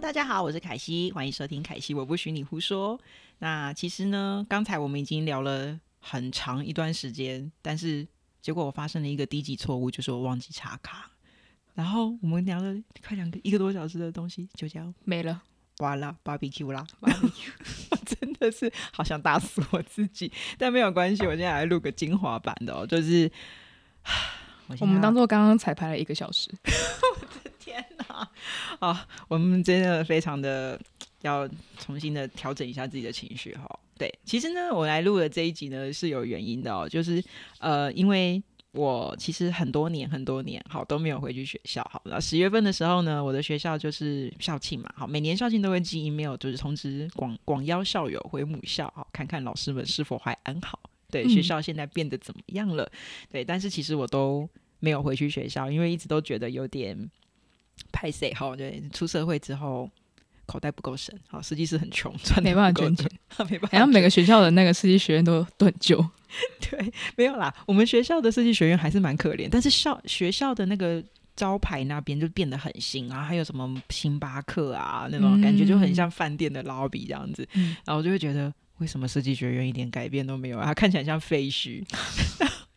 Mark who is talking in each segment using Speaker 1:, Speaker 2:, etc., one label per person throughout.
Speaker 1: 大家好，我是凯西，欢迎收听《凯西我不许你胡说》。那其实呢，刚才我们已经聊了很长一段时间，但是结果我发生了一个低级错误，就是我忘记插卡。然后我们聊了快两个一个多小时的东西，就这样
Speaker 2: 没了。
Speaker 1: 完了 b 比 Q b 啦 b 比 Q，真 的是好想打死我自己，但没有关系，我现在来录个精华版的哦，就是
Speaker 2: 我们当做刚刚彩排了一个小时，
Speaker 1: 天哪！啊，我们真的非常的要重新的调整一下自己的情绪哈。对，其实呢，我来录的这一集呢是有原因的哦，就是呃，因为我其实很多年很多年好都没有回去学校好了。十月份的时候呢，我的学校就是校庆嘛，好，每年校庆都会寄 email，就是通知广广邀校友回母校，好看看老师们是否还安好，对，
Speaker 2: 嗯
Speaker 1: 学校现在变得怎么样了？对，但是其实我都没有回去学校，因为一直都觉得有点拍谁哈，对，出社会之后。口袋不够深，好，实际是很穷，赚得
Speaker 2: 没办
Speaker 1: 不
Speaker 2: 法
Speaker 1: 够
Speaker 2: 捐 钱，
Speaker 1: 多， 没办法
Speaker 2: 好像
Speaker 1: 捐
Speaker 2: 每个学校的那个设计学院都都很旧。
Speaker 1: 对，没有啦。我们学校的设计学院还是蛮可怜，但是校学校的那个招牌那边就变得很新啊，还有什么星巴克啊那种感觉，就很像饭店的 lobby 这样子。
Speaker 2: 嗯
Speaker 1: 然后我就会觉得，为什么设计学院一点改变都没有啊？它看起来像废墟。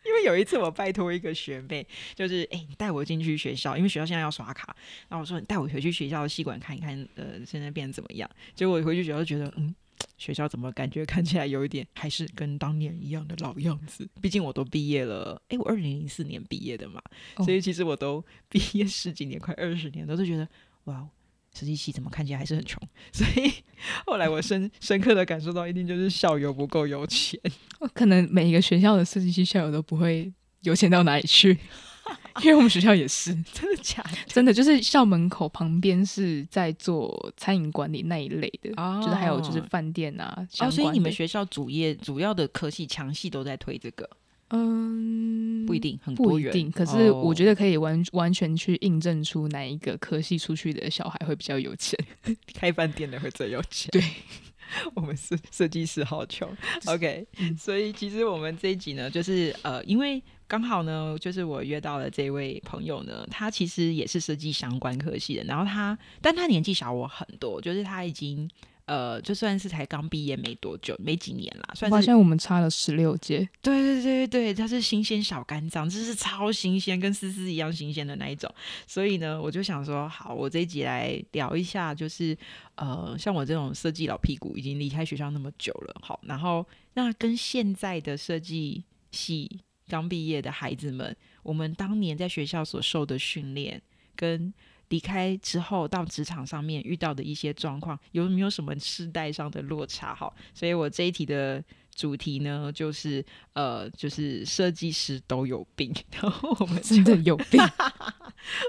Speaker 1: 因为有一次我拜托一个学妹，就是哎、你带我进去学校，因为学校现在要刷卡，然后我说你带我回去学校的系馆看一看，呃，现在变得怎么样？结果我回去学校就觉得，嗯，学校怎么感觉看起来有一点还是跟当年一样的老样子？毕竟我都毕业了，哎、我二零零四年毕业的嘛，
Speaker 2: 哦
Speaker 1: 所以其实我都毕业十几年，快二十年，都是觉得哇，实际系怎么看起来还是很穷。 所以后来我 深深刻的感受到，一定就是校友不够有钱。
Speaker 2: 可能每一个学校的设计系校友都不会有钱到哪里 去，因为我们学校也是
Speaker 1: 真的假
Speaker 2: 真的，就是校门口旁边是在做餐饮管理那一类的，
Speaker 1: 哦
Speaker 2: 就是还有就是饭店啊相
Speaker 1: 哦，所以
Speaker 2: 关
Speaker 1: 你们
Speaker 2: 的
Speaker 1: 学校主业主要的科系强系都在推这个，
Speaker 2: 嗯
Speaker 1: 不一。定很
Speaker 2: 不
Speaker 1: 多
Speaker 2: 一
Speaker 1: 元。哦
Speaker 2: 定，可是我觉
Speaker 1: 得、
Speaker 2: 得可以完完全去印证出哪一个科系出去的小孩会比较有钱。
Speaker 1: 开饭店的会最有钱。
Speaker 2: 对，
Speaker 1: 我们设设计师好穷。OK，、
Speaker 2: 嗯
Speaker 1: 所以其实我们这一集呢，就是呃，因为刚好呢，就是我约到了这位朋友呢，他其实也是设计相关科系的，然后他，但他年纪小我很多，就是他已经。呃，就算是才刚毕业没多久，没几年啦，
Speaker 2: 我
Speaker 1: 算
Speaker 2: 发
Speaker 1: 是
Speaker 2: 现我们差了十六 届，
Speaker 1: 对对对对对，它是新鲜小肝脏，这是超新鲜，跟丝丝一样新鲜的那一种。所以呢，我就想说，好，我这一集来聊一下，就是呃，像我这种设计老屁股，已经离开学校那么久了，好，然后那跟现在的设计系刚毕业的孩子们，我们当年在学校所受的训练跟。离开之后到职场上面遇到的一些状况，有没有什么世代上的落差？好，所以我这一题的主题呢，就是呃，就是设计师都有病， 然后我们
Speaker 2: 真的
Speaker 1: 就
Speaker 2: 有病。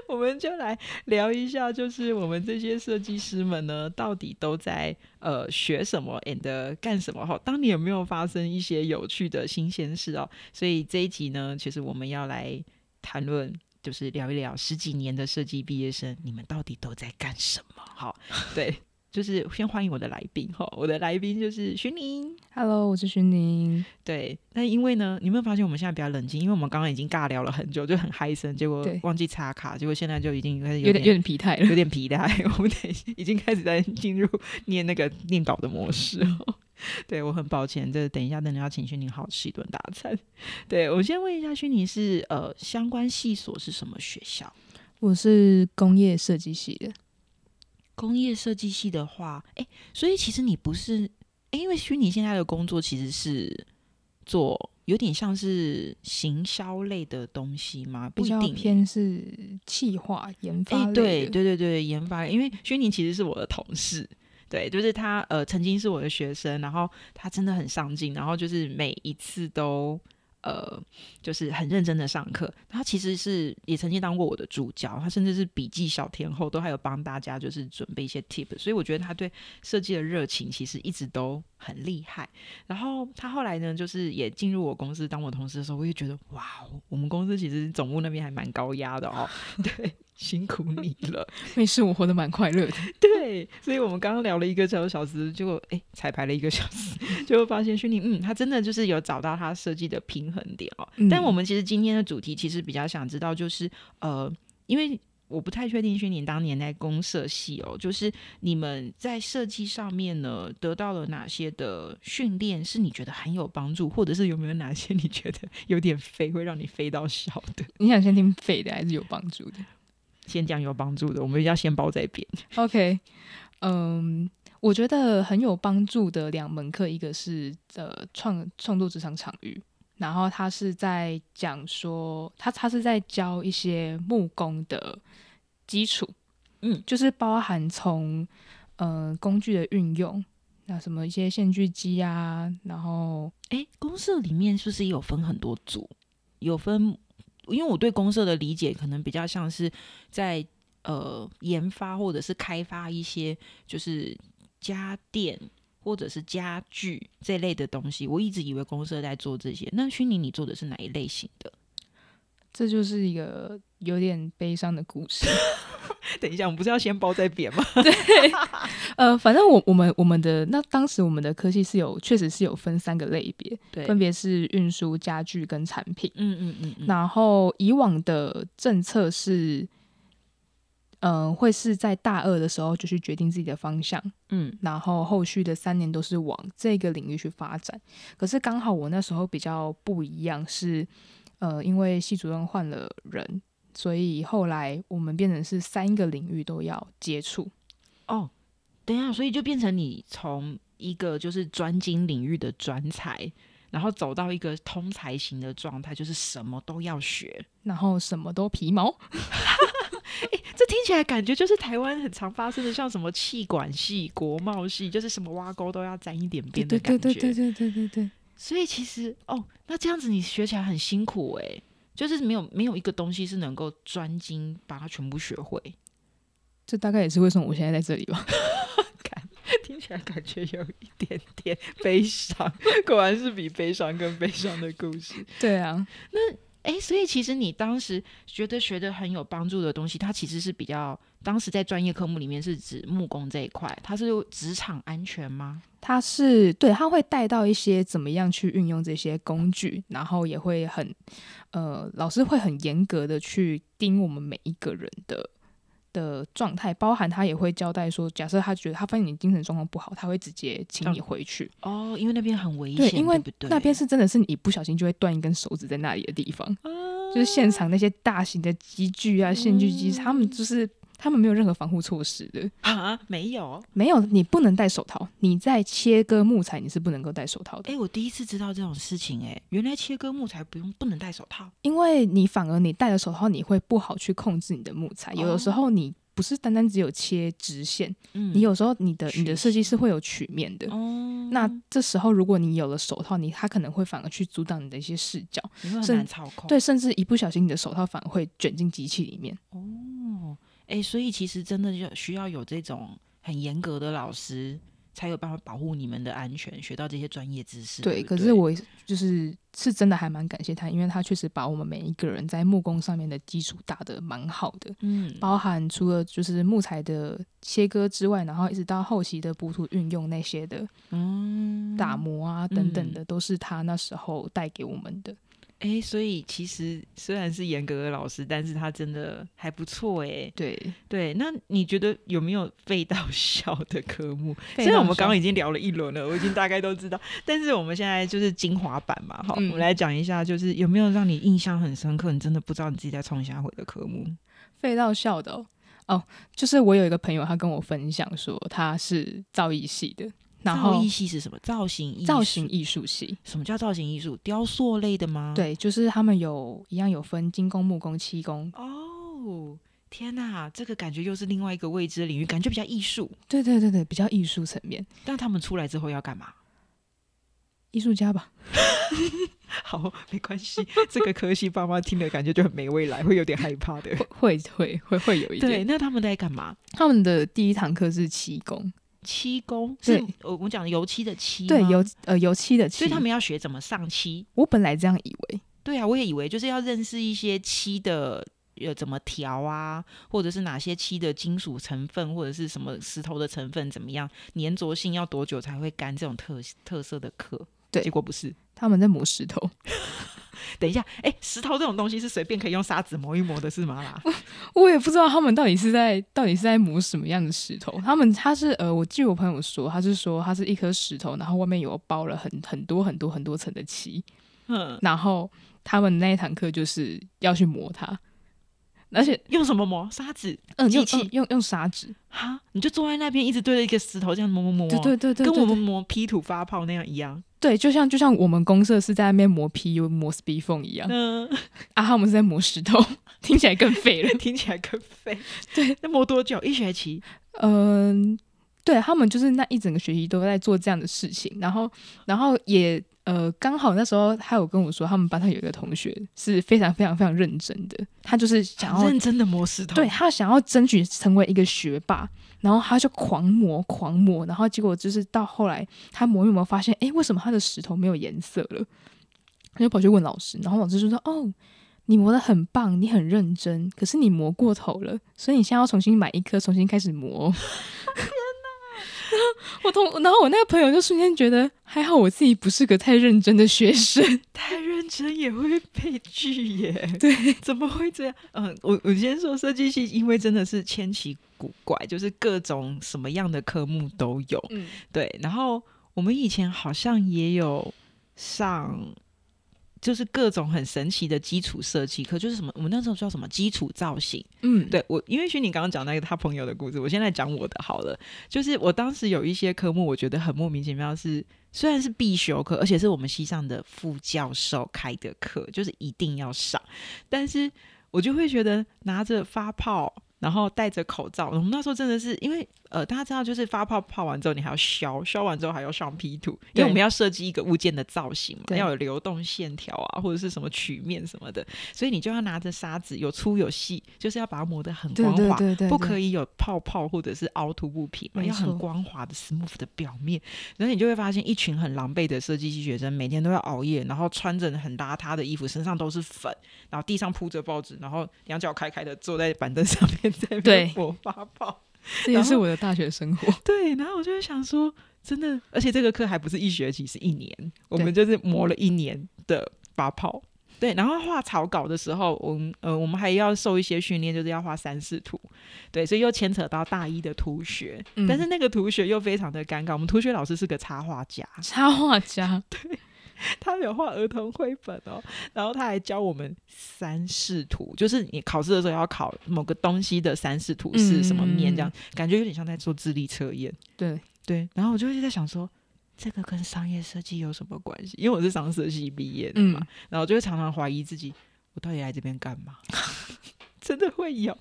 Speaker 1: 我们就来聊一下，就是我们这些设计师们呢，到底都在呃学什么 and 干什么？哈，当你有没有发生一些有趣的新鲜事哦？所以这一集呢，其实我们要来谈论。就是聊一聊十几年的设计毕业生，你们到底都在干什么？好，对，就是先欢迎我的来宾哈，我的来宾就是徐宁。
Speaker 2: Hello，我是徐宁。
Speaker 1: 对，但因为呢，你有没有发现我们现在比较冷静？因为我们刚刚已经尬聊了很久，就很嗨森，结果
Speaker 2: 对
Speaker 1: 忘记插卡，结果现在就已经开始
Speaker 2: 有
Speaker 1: 有
Speaker 2: 点有点疲态了。
Speaker 1: 有点疲态，我们得已经开始在进入念那个念稿的模式哦。 对我很抱歉，这等一下真的要请轩宁好好吃一顿大餐。 对我先问一下，轩宁是呃相关系所是什么学校？
Speaker 2: 我是工业设计系的，
Speaker 1: 工业设计系的话，哎，所以其实你不是，哎，因为虚拟现在的工作其实是做有点像是行销类的东西吗？不
Speaker 2: 比
Speaker 1: 一
Speaker 2: 较
Speaker 1: 定。
Speaker 2: 偏是企划研发
Speaker 1: 哎，
Speaker 2: 类
Speaker 1: 对
Speaker 2: 的
Speaker 1: 对对对，研发，因为虚拟其实是我的同事，对，就是他呃曾经是我的学生，然后他真的很上进，然后就是每一次都呃就是很认真的上课，他其实是也曾经当过我的助教，他甚至是笔记小天后，都还有帮大家就是准备一些 tip，所以我觉得他对设计的热情其实一直都很厉害。然后他后来呢，就是也进入我公司当我同事的时候，我也觉得哇哦，我们公司其实总部那边还蛮高压的哦，对，辛苦你了。
Speaker 2: 没事，我活得蛮快乐的。
Speaker 1: 对，所以我们刚刚聊了一个多小时，结果哎彩排了一个小 时，就发现虚拟，嗯，他真的就是有找到他设计的平衡点哦。
Speaker 2: 嗯
Speaker 1: 但我们其实今天的主题其实比较想知道，就是呃，因为。我不太确定轩宁当年在公社系哦，就是你们在设计上面呢，得到了哪些的训练，是你觉得很有帮助，或者是有没有哪些你觉得有点飞，会让你飞到笑的？
Speaker 2: 你想先听废的还是有帮助的
Speaker 1: 先讲有帮助的，我们要先包在边。
Speaker 2: ？OK，嗯，我觉得很有帮助的两门课，一个是呃创创作职场场域，然后他是在讲说，他他是在教一些木工的基础，
Speaker 1: 嗯，
Speaker 2: 就是包含从呃工具的运用，那什么一些线锯机啊，然后
Speaker 1: 诶，公社里面是不是也有分很多组？有分，因为我对公社的理解可能比较像是在呃研发或者是开发一些就是家电或者是家具这类的东西。我一直以为公社在做这些，那虚拟你做的是哪一类型的？
Speaker 2: 这就是一个有点悲伤的故事。
Speaker 1: 等一下，我们不是要先包在扁吗？
Speaker 2: 呃，反正我我们我们的那当时我们的科系是有确实是有分三个类别，
Speaker 1: 对，
Speaker 2: 分别是运输、家具跟产品。
Speaker 1: 嗯嗯嗯嗯，
Speaker 2: 然后以往的政策是，嗯、会是在大二的时候就去决定自己的方向，
Speaker 1: 嗯
Speaker 2: 然后后续的三年都是往这个领域去发展。可是刚好我那时候比较不一样是，呃，因为系主任换了人，所以后来我们变成是三个领域都要接触。
Speaker 1: 哦，等一下，所以就变成你从一个就是专精领域的专才，然后走到一个通才型的状态，就是什么都要学。
Speaker 2: 然后什么都皮毛，
Speaker 1: 这听起来感觉就是台湾很常发生的，像什么气管系、国贸系，就是什么挖沟都要沾一点边的感觉。
Speaker 2: 对对对对，
Speaker 1: 所以其实哦，那这样子你学起来很辛苦诶、就是没有没有一个东西是能够专精把它全部学会。
Speaker 2: 这大概也是为什么我现在在这里吧。
Speaker 1: 听起来感觉有一点点悲伤，果然是比悲伤更悲伤的故事。
Speaker 2: 对啊，
Speaker 1: 诶，所以其实你当时觉得学的很有帮助的东西，它其实是比较当时在专业科目里面是指木工这一块，它是职场安全吗？
Speaker 2: 他是对他会带到一些怎么样去运用这些工具，然后也会很呃，老师会很严格的去盯我们每一个人的的状态，包含他也会交代说，假设他觉得他发现你精神状况不好，他会直接请你回去。
Speaker 1: 哦，因为那边很危
Speaker 2: 对
Speaker 1: 险，
Speaker 2: 因为
Speaker 1: 不对？
Speaker 2: 那边是真的是你一不小心就会断一根手指在那里的地方，就是现场那些大型的机具啊、线锯机，他们就是他们没有任何防护措施的。
Speaker 1: 啊，没有。
Speaker 2: 没有，你不能戴手套。你在切割木材，你是不能够戴手套的，
Speaker 1: 诶，我第一次知道这种事情、诶，原来切割木材不用不能戴手套。
Speaker 2: 因为你反而你戴了手套，你会不好去控制你的木材。有的时候你不是单单只有切直线，
Speaker 1: 哦嗯
Speaker 2: 你有时候你的
Speaker 1: 曲
Speaker 2: 你的设计是会有曲面的。
Speaker 1: 哦，
Speaker 2: 那这时候如果你有了手套，你它可能会反而去阻挡你的一些视角，
Speaker 1: 你会很
Speaker 2: 甚
Speaker 1: 难操控。
Speaker 2: 对，甚至一不小心你的手套反而会卷进机器里面。
Speaker 1: 哦，哎、所以其实真的就需要有这种很严格的老师，才有办法保护你们的安全，学到这些专业知识。对
Speaker 2: 对，
Speaker 1: 不
Speaker 2: 可
Speaker 1: 对，
Speaker 2: 是我就是是真的还蛮感谢他，因为他确实把我们每一个人在木工上面的基础打得蛮好的。
Speaker 1: 嗯，
Speaker 2: 包含除了就是木材的切割之外，然后一直到后期的补土运用那些的
Speaker 1: 嗯
Speaker 2: 打磨啊等等的，都是他那时候带给我们的。
Speaker 1: 哎、所以其实虽然是严格的老师，但是他真的还不错哎、
Speaker 2: 对，
Speaker 1: 对，那你觉得有没有废到 笑的科目？虽
Speaker 2: 废
Speaker 1: 然
Speaker 2: 到
Speaker 1: 我们刚刚
Speaker 2: 笑
Speaker 1: 已经聊了一轮了，我已经大概都知道，但是我们现在就是精华版嘛，好，
Speaker 2: 嗯
Speaker 1: 我们来讲一下，就是有没有让你印象很深刻，你真的不知道你自己在冲下回的科目？
Speaker 2: 废到笑的哦哦，就是我有一个朋友，他跟我分享说他是造诣系的，然
Speaker 1: 造
Speaker 2: 后
Speaker 1: 诣系是什么？造型艺术啊
Speaker 2: 造型艺术系，
Speaker 1: 什么叫造型艺术？雕塑类的吗？，
Speaker 2: 对，就是他们有一样有分精工、木工、漆工，
Speaker 1: 哦，天哪，这个感觉又是另外一个未知的领域，感觉比较艺术。
Speaker 2: 对对对对，比较艺术层面，
Speaker 1: 但他们出来之后要干嘛？
Speaker 2: 艺术家吧。
Speaker 1: 好，没关系，这个科系爸妈听了感觉就很没未来，会有点害怕 的。
Speaker 2: 会会会会有一
Speaker 1: 对，
Speaker 2: 点，
Speaker 1: 那他们在干嘛？
Speaker 2: 他们的第一堂课是漆工，
Speaker 1: 漆工是
Speaker 2: 对
Speaker 1: 我我讲的油漆的漆，
Speaker 2: 对油，呃油漆的漆，
Speaker 1: 所以他们要学怎么上漆。
Speaker 2: 我本来这样以为，
Speaker 1: 对啊，我也以为就是要认识一些漆的。呃，怎么调啊，或者是哪些漆的金属成分，或者是什么石头的成分怎么样，粘着性要多久才会干？这种特特色的课，
Speaker 2: 对
Speaker 1: 结果不是，
Speaker 2: 他们在磨石头，
Speaker 1: 等一下，哎、石头这种东西是随便可以用砂纸磨一磨的，是吗 啦？
Speaker 2: 我也不知道他们到底是在到底是在磨什么样的石头。他们他是呃，我据我朋友说，他是说它是一颗石头，然后外面有包了很很多很多很多层的漆，
Speaker 1: 嗯，
Speaker 2: 然后他们那一堂课就是要去磨它，而且
Speaker 1: 用什么磨？砂纸
Speaker 2: 嗯用
Speaker 1: 呃机器
Speaker 2: 嗯用用砂纸，
Speaker 1: 哈，你就坐在那边一直对着一个石头这样磨磨磨，
Speaker 2: 对对对对，
Speaker 1: 跟我
Speaker 2: 对
Speaker 1: 们磨 P 图发泡那样一样。
Speaker 2: 对，就像就像我们公社是在那边磨 PU 磨 SB 缝一 样，
Speaker 1: 嗯，
Speaker 2: 啊，他们是在磨石头， 听起来更废了。
Speaker 1: 听起来更 废。
Speaker 2: 对，
Speaker 1: 那磨多久？一学期？
Speaker 2: 嗯，对他们就是那一整个学期都在做这样的事情，然后，然后也呃，刚好那时候还有跟我说，他们班上有一个同学是非常非常非常认真的，他就是想
Speaker 1: 很
Speaker 2: 要
Speaker 1: 认真 的磨石头。
Speaker 2: 对，他想要争取成为一个学霸，然后他就狂磨狂磨，然后结果就是到后来他磨一磨发现，诶，为什么他的石头没有颜色了？他就跑去问老师，然后老师就说：“哦，你磨得很棒，你很认真，可是你磨过头了，所以你现在要重新买一颗，重新开始 磨。”天哪！然后我同，然后我那个朋友就瞬间觉得，还好我自己不是个太认真的学生。
Speaker 1: 太认真也会被拒耶？ 对，怎么会这样？嗯，我我先说设计系，因为真的是千奇古怪，就是各种什么样的科目都有。
Speaker 2: 嗯，
Speaker 1: 对，然后我们以前好像也有上，就是各种很神奇的基础设计课，就是什么我们那时候叫什么基础造型。
Speaker 2: 嗯，
Speaker 1: 对我，因为徐你刚刚讲那个他朋友的故事，我先来讲我的好了。就是我当时有一些科目，我觉得很莫名其妙是，虽然是必修课，而且是我们系上的副教授开的课，就是一定要上，但是我就会觉得拿着发泡。然后戴着口罩，我们那时候真的是因为呃，大家知道就是发泡泡完之后，你还要削，削完之后还要上 P 图，因为
Speaker 2: 对
Speaker 1: 我们要设计一个物件的造型嘛，
Speaker 2: 对
Speaker 1: 要有流动线条啊，或者是什么曲面什么的，所以你就要拿着砂纸，有粗有细，就是要把它磨得很
Speaker 2: 对
Speaker 1: 光滑，
Speaker 2: 对对对，
Speaker 1: 不可
Speaker 2: 以。
Speaker 1: 以有泡泡或者是凹凸不平嘛，
Speaker 2: 没
Speaker 1: 要很
Speaker 2: 错
Speaker 1: 光滑的 smooth 的表面。然后你就会发现，一群很狼狈的设计系学生，每天都要熬夜，然后穿着很邋遢的衣服，身上都是粉，然后地上铺着报纸，然后两脚开开的坐在板凳上面，在那边
Speaker 2: 对
Speaker 1: 磨发泡。
Speaker 2: 这也是我的大学生活。
Speaker 1: 对，然后我就会想说，真的，而且这个课还不是一学期，是一年，我们就是磨了一年的发泡。对，然后画草稿的时候，我们呃，我们还要受一些训练，就是要画三视图，对，所以又牵扯到大一的图学，
Speaker 2: 嗯
Speaker 1: 但是那个图学又非常的尴尬。我们图学老师是个插画家，
Speaker 2: 插画家，
Speaker 1: 他有画儿童绘本哦，然后他还教我们三视图，就是你考试的时候要考某个东西的三视图是什么面，这样、感觉有点像在做智力测验。
Speaker 2: 对，
Speaker 1: 对，然后我就一直在想说，这个跟商业设计有什么关系？因为我是商设系毕业的嘛，
Speaker 2: 嗯
Speaker 1: 然后我就会常常怀疑自己，我到底来这边干嘛？ 真的会有，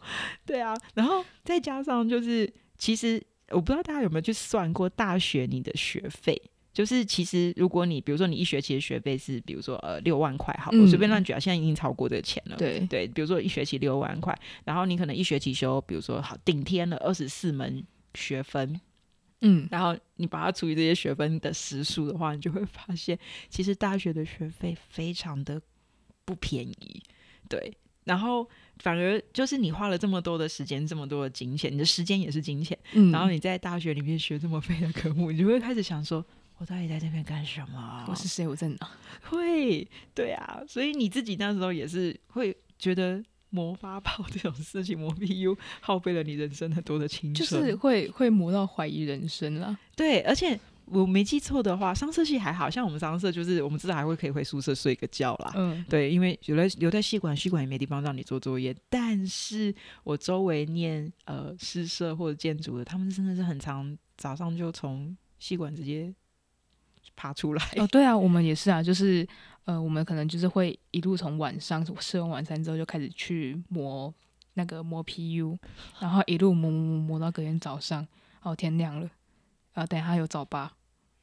Speaker 1: 对啊。然后再加上就是，其实我不知道大家有没有去算过大学你的学费。就是其实，如果你比如说你一学期的学费是，比如说呃六万块，好了，我随便
Speaker 2: 嗯
Speaker 1: 乱举啊，现在已经超过这个钱了。
Speaker 2: 对，
Speaker 1: 对，比如说一学期六万块，然后你可能一学期修，比如说好顶天了二十四门学分，
Speaker 2: 嗯，
Speaker 1: 然后你把它除以这些学分的时数的话，你就会发现，其实大学的学费非常的不便宜，对。然后反而就是你花了这么多的时间，这么多的金钱，你的时间也是金钱，
Speaker 2: 嗯，
Speaker 1: 然后你在大学里面学这么废的科目，你就会开始想说，我到底在这边干什么？
Speaker 2: 我是谁？我在哪？
Speaker 1: 会，对啊，所以你自己那时候也是会觉得磨 发泡这种事情，磨 PU 耗费了你人生很多的青
Speaker 2: 就
Speaker 1: 春，
Speaker 2: 是会会磨到怀疑人生啦。
Speaker 1: 对，而且我没记错的话，商社系还好像我们商社就是我们至少还会可以回宿舍睡个觉啦。
Speaker 2: 嗯，
Speaker 1: 对，因为留在留在系馆，系馆也没地方让你做作业。但是我周围念呃诗社或者建筑的，他们真的是很常早上就从系馆直接爬出来。
Speaker 2: 哦，对啊，我们也是啊，就是呃，我们可能就是会一路从晚上吃完晚餐之后就开始去磨那个磨 PU，然后一路磨磨磨磨到隔天早上，哦，天亮了，然后等一下有早八，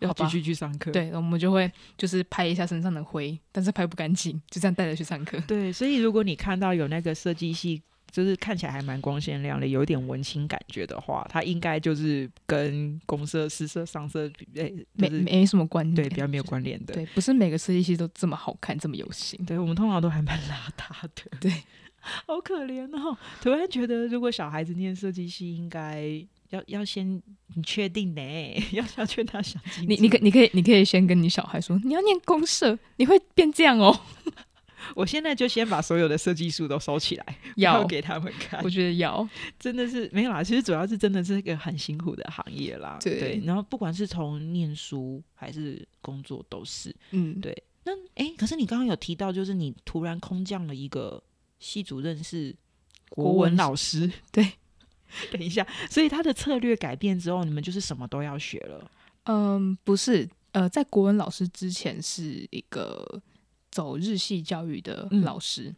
Speaker 1: 要
Speaker 2: 好吧
Speaker 1: 继续去上课，
Speaker 2: 对，我们就会就是拍一下身上的灰，但是拍不干净，就这样带着去上课。
Speaker 1: 对，所以如果你看到有那个设计系，就是看起来还蛮光鲜亮丽，有一点文青感觉的话，它应该就是跟公社、私社、商社，诶、就
Speaker 2: 没
Speaker 1: 是
Speaker 2: 没什么关联，
Speaker 1: 对比较没有关联的。
Speaker 2: 嗯对，不是每个设计系都这么好看，这么有型。
Speaker 1: 对，我们通常都还蛮邋遢的。
Speaker 2: 对，
Speaker 1: 好可怜哦！突然觉得，如果小孩子念设计系，应该要要先你确定呢， 要要劝他想清楚。
Speaker 2: 你你可你可以你可以先跟你小孩说，你要念公社，你会变这样哦。
Speaker 1: 我现在就先把所有的设计书都收起来，不
Speaker 2: 要
Speaker 1: 要给他们看
Speaker 2: 我。觉得要，
Speaker 1: 真的是没有啦，其实主要是真的是一个很辛苦的行业啦。
Speaker 2: 对
Speaker 1: 然后不管是从念书还是工作都是。
Speaker 2: 嗯，
Speaker 1: 对那哎、可是你刚刚有提到，就是你突然空降了一个系主任是国文老师，
Speaker 2: 对。
Speaker 1: 等一下，所以他的策略改变之后，你们就是什么都要学了。
Speaker 2: 嗯，不是，呃，在国文老师之前是一个走日系教育的
Speaker 1: 嗯
Speaker 2: 老师，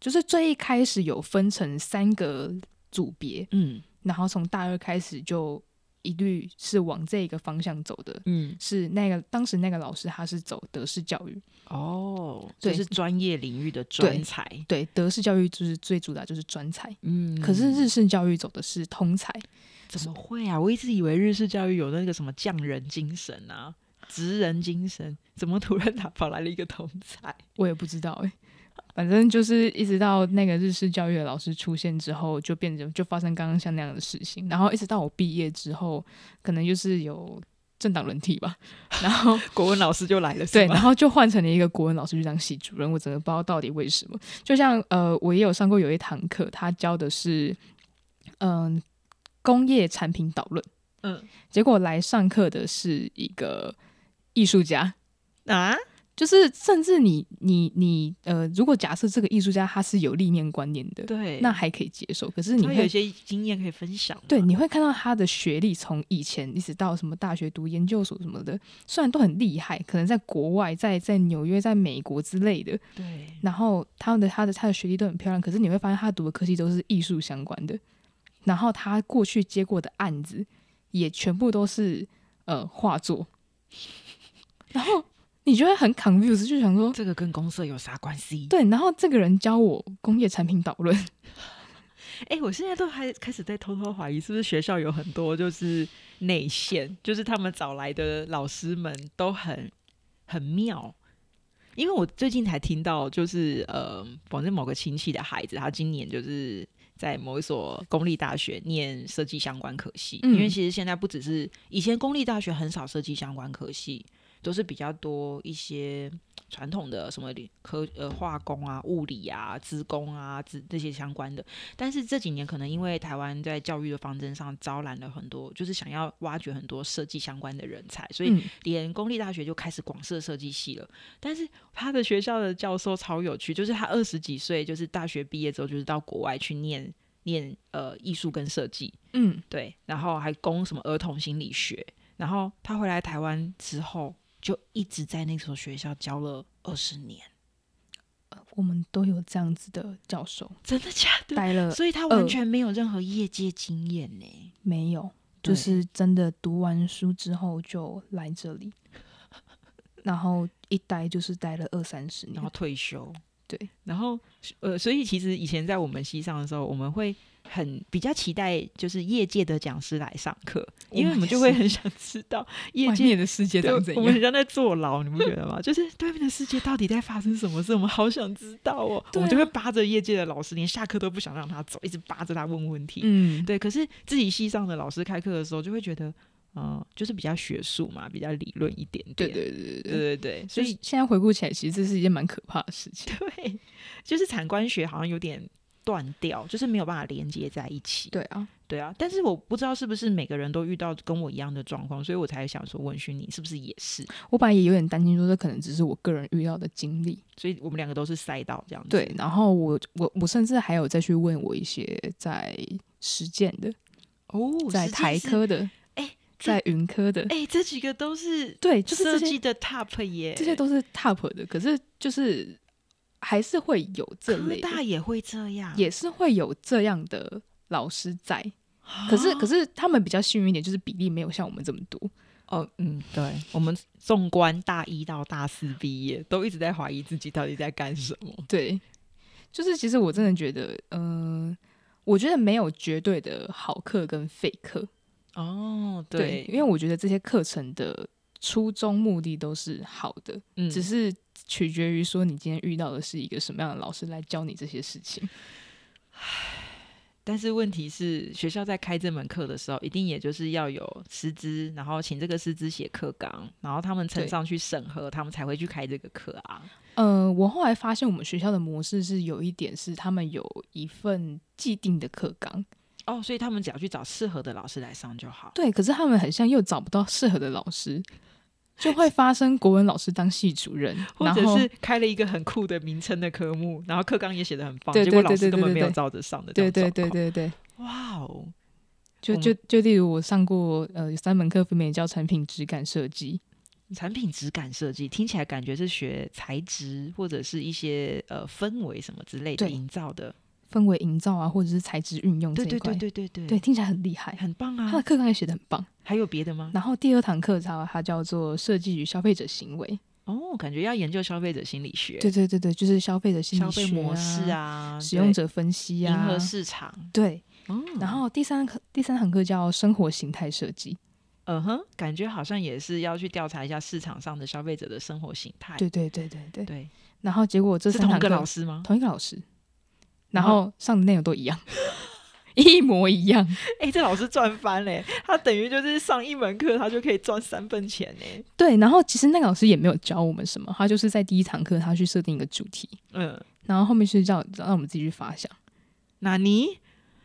Speaker 2: 就是最一开始有分成三个组别，
Speaker 1: 嗯
Speaker 2: 然后从大二开始就一律是往这个方向走的。
Speaker 1: 嗯，
Speaker 2: 是那个当时那个老师他是走德式教育，
Speaker 1: 哦，
Speaker 2: 对
Speaker 1: 就是专业领域的专才。
Speaker 2: 对，德式教育就是最主打就是专才，
Speaker 1: 嗯，
Speaker 2: 可是日式教育走的是通才，
Speaker 1: 怎么会啊？我一直以为日式教育有那个什么匠人精神啊、职人精神，怎么突然打 跑来了一个同才？
Speaker 2: 我也不知道哎、反正就是一直到那个日式教育的老师出现之后，就变成就发生刚刚像那样的事情，然后一直到我毕业之后，可能就是有政党轮替吧， 然后
Speaker 1: 国文老师就来了，
Speaker 2: 对，
Speaker 1: 是
Speaker 2: 然
Speaker 1: 吗？
Speaker 2: 后就换成了一个国文老师去当系主任，我真的不知道到底为什么。就像呃，我也有上过有一堂课，他教的是嗯、工业产品导论，
Speaker 1: 嗯
Speaker 2: 结果来上课的是一个艺术家，
Speaker 1: 啊，
Speaker 2: 就是甚至你你你呃，如果假设这个艺术家他是有立面观念的，
Speaker 1: 对，
Speaker 2: 那还可以接受。可是你
Speaker 1: 他有
Speaker 2: 会
Speaker 1: 一些经验可以分享嘛。
Speaker 2: 对，你会看到他的学历从以前一直到什么大学读研究所什么的，虽然都很厉害，可能在国外，在在纽约、在美国之类的，
Speaker 1: 对，
Speaker 2: 然后他们的他的他的学历都很漂亮，可是你会发现他读的科系都是艺术相关的，然后他过去接过的案子也全部都是呃画作， 然后你就会很 confused，就想说
Speaker 1: 这个跟公社有啥关系？
Speaker 2: 对，然后这个人教我工业产品导论，
Speaker 1: 哎、我现在都还开始在偷偷怀疑，是不是学校有很多就是内线，就是他们找来的老师们都很很妙。因为我最近才听到，就是呃，反正某个亲戚的孩子，他今年就是在某一所公立大学念设计相关科系，因为
Speaker 2: 嗯
Speaker 1: 其实现在不只是以前公立大学很少设计相关科系，都是比较多一些传统的什么理科呃化工啊、物理啊、资工啊这这些相关的。但是这几年可能因为台湾在教育的方针上招揽了很多，就是想要挖掘很多设计相关的人才，所以
Speaker 2: 嗯
Speaker 1: 连公立大学就开始广设设计系了。但是他的学校的教授超有趣，就是他二十几岁，就是大学毕业之后，就是到国外去念念呃艺术跟设计，
Speaker 2: 嗯
Speaker 1: 对，然后还攻什么儿童心理学。然后他回来台湾之后，就一直在那所学校教了二十年，
Speaker 2: 我们都有这样子的教授，
Speaker 1: 真的假的？
Speaker 2: 待了
Speaker 1: 所以他
Speaker 2: 呃
Speaker 1: 完全没有任何业界经验呢、
Speaker 2: 没有，就是真的读完书之后就来这里，然后一待就是待了二三十
Speaker 1: 然后
Speaker 2: 年，
Speaker 1: 退休，
Speaker 2: 嗯对，
Speaker 1: 然后呃，所以其实以前在我们西上的时候，我们会很比较期待就是业界的讲师来上课，因为
Speaker 2: 我们
Speaker 1: 我们就
Speaker 2: 也
Speaker 1: 会
Speaker 2: 是
Speaker 1: 很想知道业
Speaker 2: 外
Speaker 1: 界。
Speaker 2: 面的世界
Speaker 1: 对
Speaker 2: 长怎，
Speaker 1: 我们
Speaker 2: 样
Speaker 1: 很？像在坐牢，你不觉得吗？ 就是对面的世界到底在发生什么事，我们好想知道哦。我
Speaker 2: 对啊
Speaker 1: 们就会扒着业界的老师，连下课都不想让他走，一直扒着他问问题。
Speaker 2: 嗯，
Speaker 1: 对，可是自己系上的老师开课的时候，就会觉得，嗯、就是比较学术嘛，比较理论一点点。
Speaker 2: 对对对对
Speaker 1: 对对
Speaker 2: 对。
Speaker 1: 对，所
Speaker 2: 所
Speaker 1: 以
Speaker 2: 以现在回顾起来，其实这是一件蛮可怕的事情。
Speaker 1: 对，就是产官学好像有点断掉，就是没有办法连接在一起。
Speaker 2: 对啊，
Speaker 1: 对啊，但是我不知道是不是每个人都遇到跟我一样的状况，所以我才想说问询你是不是也是。
Speaker 2: 我本来也有点担心，说这可能只是我个人遇到的经历。
Speaker 1: 所以我们两个都是赛道这样子。
Speaker 2: 对，然后我我我甚至还有再去问我一些在实践的，
Speaker 1: 哦，
Speaker 2: 在
Speaker 1: 实践
Speaker 2: 台
Speaker 1: 是
Speaker 2: 科的，
Speaker 1: 哎这
Speaker 2: 在云科的，
Speaker 1: 哎、这几个都 是
Speaker 2: 对，就是
Speaker 1: 设
Speaker 2: 这些
Speaker 1: 计的 top 耶，
Speaker 2: 这些都是 top 的，可是就是还是会有这
Speaker 1: 科
Speaker 2: 类的，
Speaker 1: 大也会这样，
Speaker 2: 也是会有这样的老师在。
Speaker 1: 哦
Speaker 2: 可是可
Speaker 1: 是
Speaker 2: 是他们比较幸运一点，就是比例没有像我们这么多。
Speaker 1: 哦嗯，对，我们纵观大一到大四毕业，都一直在怀疑自己到底在干什么。
Speaker 2: 对，就是其实我真的觉得，嗯、我觉得没有绝对的好课跟废课，
Speaker 1: 哦，
Speaker 2: 对，因为我觉得这些课程的初衷目的都是好的，
Speaker 1: 嗯
Speaker 2: 只是取决于说你今天遇到的是一个什么样的老师来教你这些事情。
Speaker 1: 但是问题是，学校在开这门课的时候，一定也就是要有师资，然后请这个师资写课纲，然后他们呈
Speaker 2: 对
Speaker 1: 上去审核，他们才会去开这个课啊。
Speaker 2: 呃，我后来发现我们学校的模式是有一点是他们有一份既定的课纲，
Speaker 1: 哦，所以他们只要去找适合的老师来上就好。
Speaker 2: 对，可是他们很像又找不到适合的老师，就会发生国文老师当系主任，
Speaker 1: 或
Speaker 2: 然
Speaker 1: 者
Speaker 2: 后
Speaker 1: 是开了一个很酷的名称的科目，然后课纲也写的很棒，
Speaker 2: 对
Speaker 1: 结果
Speaker 2: 对
Speaker 1: 老
Speaker 2: 对
Speaker 1: 师
Speaker 2: 对
Speaker 1: 根本
Speaker 2: 对
Speaker 1: 没有
Speaker 2: 对
Speaker 1: 照着上的这
Speaker 2: 对
Speaker 1: 种
Speaker 2: 对
Speaker 1: 状况。
Speaker 2: 对对对，
Speaker 1: 哇哦，
Speaker 2: 就
Speaker 1: 我们
Speaker 2: 就就例如我上过呃有三门课，分别叫产品质感设计，
Speaker 1: 产品质感设计听起来感觉是学材质或者是一些呃氛围什么之类的
Speaker 2: 对
Speaker 1: 营造的。
Speaker 2: 氛围营造啊，或者是材质运用这
Speaker 1: 对
Speaker 2: 一块，
Speaker 1: 对对对对对，
Speaker 2: 对听起来很厉害。
Speaker 1: 很棒
Speaker 2: 他的
Speaker 1: 啊！
Speaker 2: 课纲也写的很棒，
Speaker 1: 还有别的吗？
Speaker 2: 然后第二堂课它它叫做设计与消费者行为，
Speaker 1: 哦，感觉要研究消费者心理学，
Speaker 2: 对对对对，就是消费者心理
Speaker 1: 消费
Speaker 2: 学
Speaker 1: 模式
Speaker 2: 啊，
Speaker 1: 啊，
Speaker 2: 使
Speaker 1: 对
Speaker 2: 用者分析啊，
Speaker 1: 迎合市场。
Speaker 2: 对。
Speaker 1: 嗯，
Speaker 2: 然后第三课第三堂课叫生活形态设计，
Speaker 1: 嗯哼，感觉好像也是要去调查一下市场上的消费者的生活形态。
Speaker 2: 对对对对哎对。
Speaker 1: 对，
Speaker 2: 然后结果这
Speaker 1: 是
Speaker 2: 三
Speaker 1: 同
Speaker 2: 堂
Speaker 1: 一
Speaker 2: 课
Speaker 1: 个老师吗？
Speaker 2: 同一个老师，
Speaker 1: 然
Speaker 2: 然
Speaker 1: 后
Speaker 2: 后上的内容都一样， 一模一样。
Speaker 1: 哎、这老师赚翻嘞！他等于就是上一门课，他就可以赚三分钱呢。
Speaker 2: 对，然后其实那个老师也没有教我们什么，他就是在第一堂课他去设定一个主题，
Speaker 1: 嗯，
Speaker 2: 然后后面是叫让我们自己去发想，
Speaker 1: 纳尼？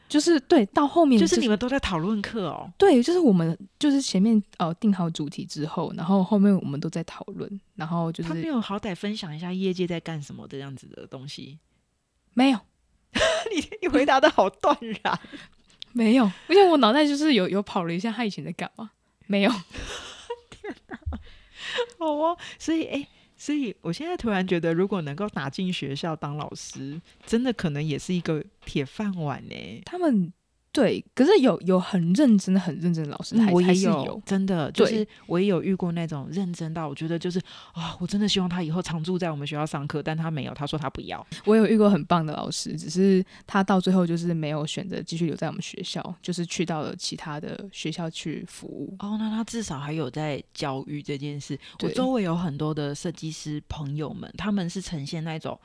Speaker 2: 就是对到后面
Speaker 1: 嗯就是你们都在讨论课哦。
Speaker 2: 对，就是我们就是前面呃定好主题之后，然后后面我们都在讨论，然后就
Speaker 1: 他没
Speaker 2: 是
Speaker 1: 有好歹分享一下业界在干什么这样子的东西。
Speaker 2: 没有
Speaker 1: 你你回答的好断然。
Speaker 2: 没有，而且我脑袋就是有有跑了一下他以前在干嘛，没有，
Speaker 1: 好 哦，所以哎、诶所以我现在突然觉得，如果能够打进学校当老师，真的可能也是一个铁饭碗呢。
Speaker 2: 他们对，可是有有很认真的很认真的老师，还
Speaker 1: 嗯我
Speaker 2: 还
Speaker 1: 也
Speaker 2: 是
Speaker 1: 真的，就
Speaker 2: 对
Speaker 1: 是我也有遇过那种认真到我觉得就是啊、我真的希望他以后常住在我们学校上课，但他没有，他说他不要。
Speaker 2: 我有遇过很棒的老师，只是他到最后就是没有选择继续留在我们学校，就是去到了其他的学校去服务。
Speaker 1: 哦，那他至少还有在教育这件事。我
Speaker 2: 对
Speaker 1: 周围有很多的设计师朋友们，他们是呈现那种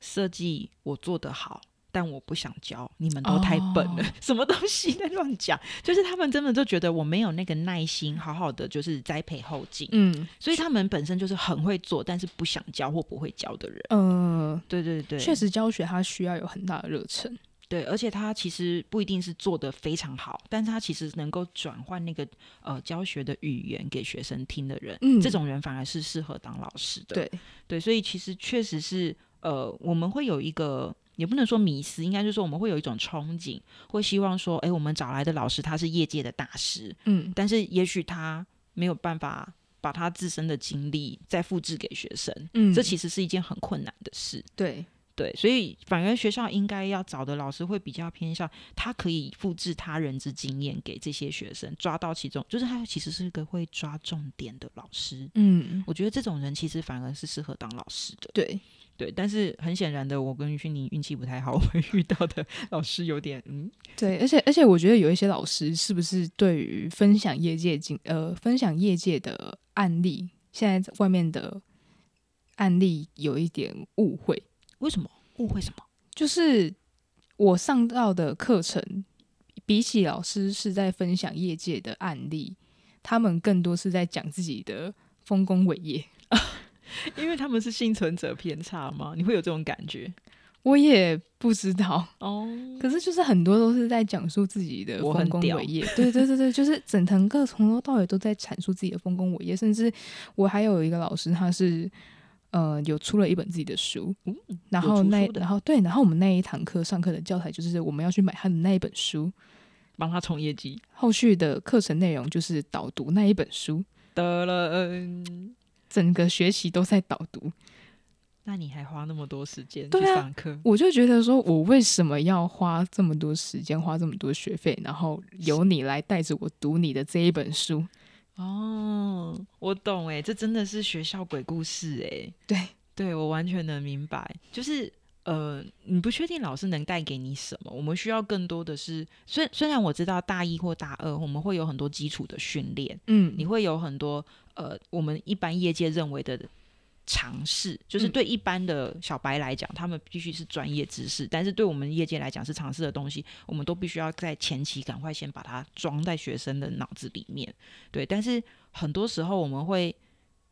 Speaker 1: 设计我做得好，但我不想教，你们都太笨了，
Speaker 2: 哦
Speaker 1: 什么东西在乱讲？就是他们真的就觉得我没有那个耐心，好好的就是栽培后进，
Speaker 2: 嗯
Speaker 1: 所以他们本身就是很会做，但是不想教或不会教的人。
Speaker 2: 呃，
Speaker 1: 对对对，
Speaker 2: 确实教学它需要有很大的热忱。
Speaker 1: 对，而且他其实不一定是做的非常好，但是他其实能够转换那个呃教学的语言给学生听的人，
Speaker 2: 嗯
Speaker 1: 这种人反而是适合当老师的。
Speaker 2: 对，
Speaker 1: 对，所以其实确实是呃，我们会有一个。也不能说迷失，应该就是说我们会有一种憧憬，会希望说，诶，我们找来的老师他是业界的大师，
Speaker 2: 嗯，
Speaker 1: 但是也许他没有办法把他自身的经历再复制给学生，
Speaker 2: 嗯
Speaker 1: 这其实是一件很困难的事。
Speaker 2: 对
Speaker 1: 对，所以反而学校应该要找的老师会比较偏向，他可以复制他人之经验给这些学生，抓到其中，就是他其实是一个会抓重点的老师。
Speaker 2: 嗯
Speaker 1: 我觉得这种人其实反而是适合当老师的，
Speaker 2: 对，
Speaker 1: 对。但是很显然的，我跟于勋你运气不太好，我们 遇到的老师有点嗯，
Speaker 2: 对，而且而且，我觉得有一些老师是不是对于分享业界经呃分享业界的案例，现在在外面的案例有一点误会，
Speaker 1: 为什么误会什么？
Speaker 2: 就是我上到的课程，比起老师是在分享业界的案例，他们更多是在讲自己的丰功伟业。
Speaker 1: 因为他们是幸存者偏差吗？你会有这种感觉
Speaker 2: 我也不知道，
Speaker 1: 哦？
Speaker 2: 可是就是很多都是在讲述自己的
Speaker 1: 我很
Speaker 2: 丰功
Speaker 1: 屌
Speaker 2: 伟业。对对对对，就是整堂课从头到尾都在阐述自己的丰功伟业，甚至我还有一个老师，他是。呃，有出了一本自己的书，
Speaker 1: 嗯
Speaker 2: 然
Speaker 1: 有
Speaker 2: 后
Speaker 1: 出
Speaker 2: 那
Speaker 1: 书的
Speaker 2: 然后对，然后我们那一堂课上课的教材就是我们要去买他的那一本书，
Speaker 1: 帮他冲业绩
Speaker 2: 后续的课程内容就是导读那一本书，
Speaker 1: 得了，嗯
Speaker 2: 整个学期都在导读。
Speaker 1: 那你还花那么多时间去
Speaker 2: 对啊
Speaker 1: 上课？
Speaker 2: 我就觉得说，我为什么要花这么多时间，花这么多学费，然后由你来带着我读你的这一本书？
Speaker 1: 哦，我懂哎，这真的是学校鬼故事哎，
Speaker 2: 对，
Speaker 1: 对我完全能明白，就是。呃，你不确定老师能带给你什么，我们需要更多的是，虽虽然我知道大一或大二我们会有很多基础的训练，
Speaker 2: 嗯
Speaker 1: 你会有很多呃，我们一般业界认为的尝试，就是
Speaker 2: 嗯
Speaker 1: 对一般的小白来讲，他们必须是专业知识，但是对我们业界来讲是尝试的东西，我们都必须要在前期赶快先把它装在学生的脑子里面。对，但是很多时候我们会，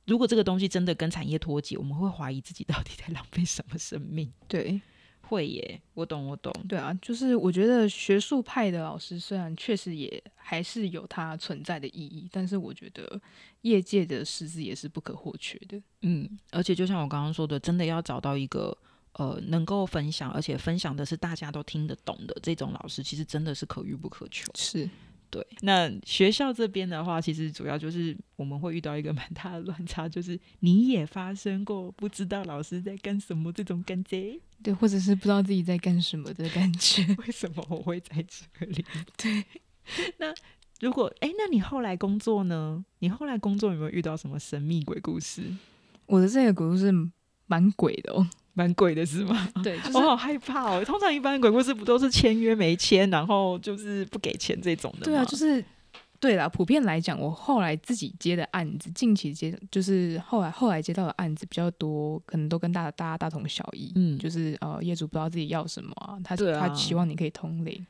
Speaker 1: 如果这个东西真的跟产业脱节，我们会怀疑自己到底在浪费什么生命。
Speaker 2: 对
Speaker 1: 会耶，我懂，我懂。
Speaker 2: 对啊，就是我觉得学术派的老师虽然确实也还是有它存在的意义，但是我觉得业界的师资也是不可或缺的。
Speaker 1: 嗯，而且就像我刚刚说的，真的要找到一个呃能够分享，而且分享的是大家都听得懂的这种老师，其实真的是可遇不可求。
Speaker 2: 是，
Speaker 1: 对，那学校这边的话，其实主要就是我们会遇到一个蛮大的乱差，就是你也发生过不知道老师在干什么这种感 觉。
Speaker 2: 对，或者是不知道自己在干什么的感觉。
Speaker 1: 为什么我会在这里？对， 那如果哎，那你后来工作呢？你后来工作有没有遇到什么神秘鬼故事？
Speaker 2: 我的这个鬼故事蛮鬼的哦，
Speaker 1: 蛮鬼的是吗？
Speaker 2: 对，就是、
Speaker 1: 我好害怕哦！通常一般鬼故事不都是签约没签，然后就是不给钱这种的吗？
Speaker 2: 对啊，就是对啦。普遍来讲，我后来自己接的案子，近期接就是后来后来接到的案子比较多，可能都跟大大家大同小异。
Speaker 1: 嗯
Speaker 2: 就是呃，业主不知道自己要什么啊，他、
Speaker 1: 对啊
Speaker 2: 他期望你可以通灵。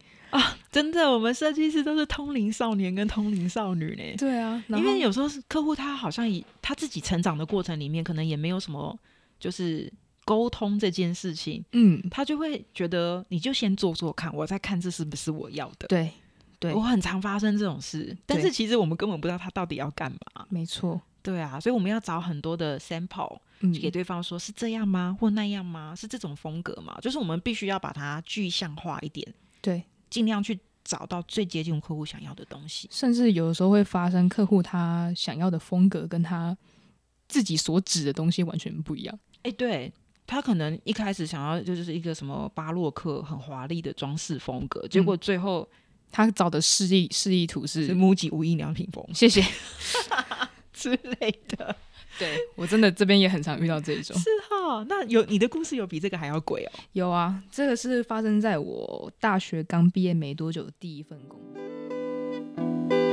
Speaker 1: 真的，我们设计师都是通灵少年跟通灵少女呢。
Speaker 2: 对啊，然
Speaker 1: 因
Speaker 2: 后
Speaker 1: 为有时候是客户他好像以他自己成长的过程里面，可能也没有什么就是沟通这件事情，
Speaker 2: 嗯，
Speaker 1: 他就会觉得你就先做做看，我再看这是不是我要的。
Speaker 2: 对对
Speaker 1: 我很常发生这种事，但是
Speaker 2: 对
Speaker 1: 其实我们根本不知道他到底要干嘛。
Speaker 2: 没错，
Speaker 1: 对啊，所以我们要找很多的 sample，
Speaker 2: 嗯，
Speaker 1: 给对方说是这样吗，或那样吗？是这种风格吗？就是我们必须要把它具象化一点，
Speaker 2: 对，
Speaker 1: 尽量去找到最接近客户想要的东西。
Speaker 2: 甚至有的时候会发生客户他想要的风格跟他自己所指的东西完全不一样。
Speaker 1: 哎，对。他可能一开始想要就是一个什么巴洛克很华丽的装饰风格，结果最后
Speaker 2: 他找的示意示意图
Speaker 1: 嗯
Speaker 2: 是
Speaker 1: 是木吉无印良品风
Speaker 2: 谢谢。
Speaker 1: 之类的。
Speaker 2: 对我真的这边也很常遇到这一种。
Speaker 1: 是哈，那有你的故事有比这个还要鬼哦。
Speaker 2: 有啊，这个是发生在我大学刚毕业没多久的第一份工作。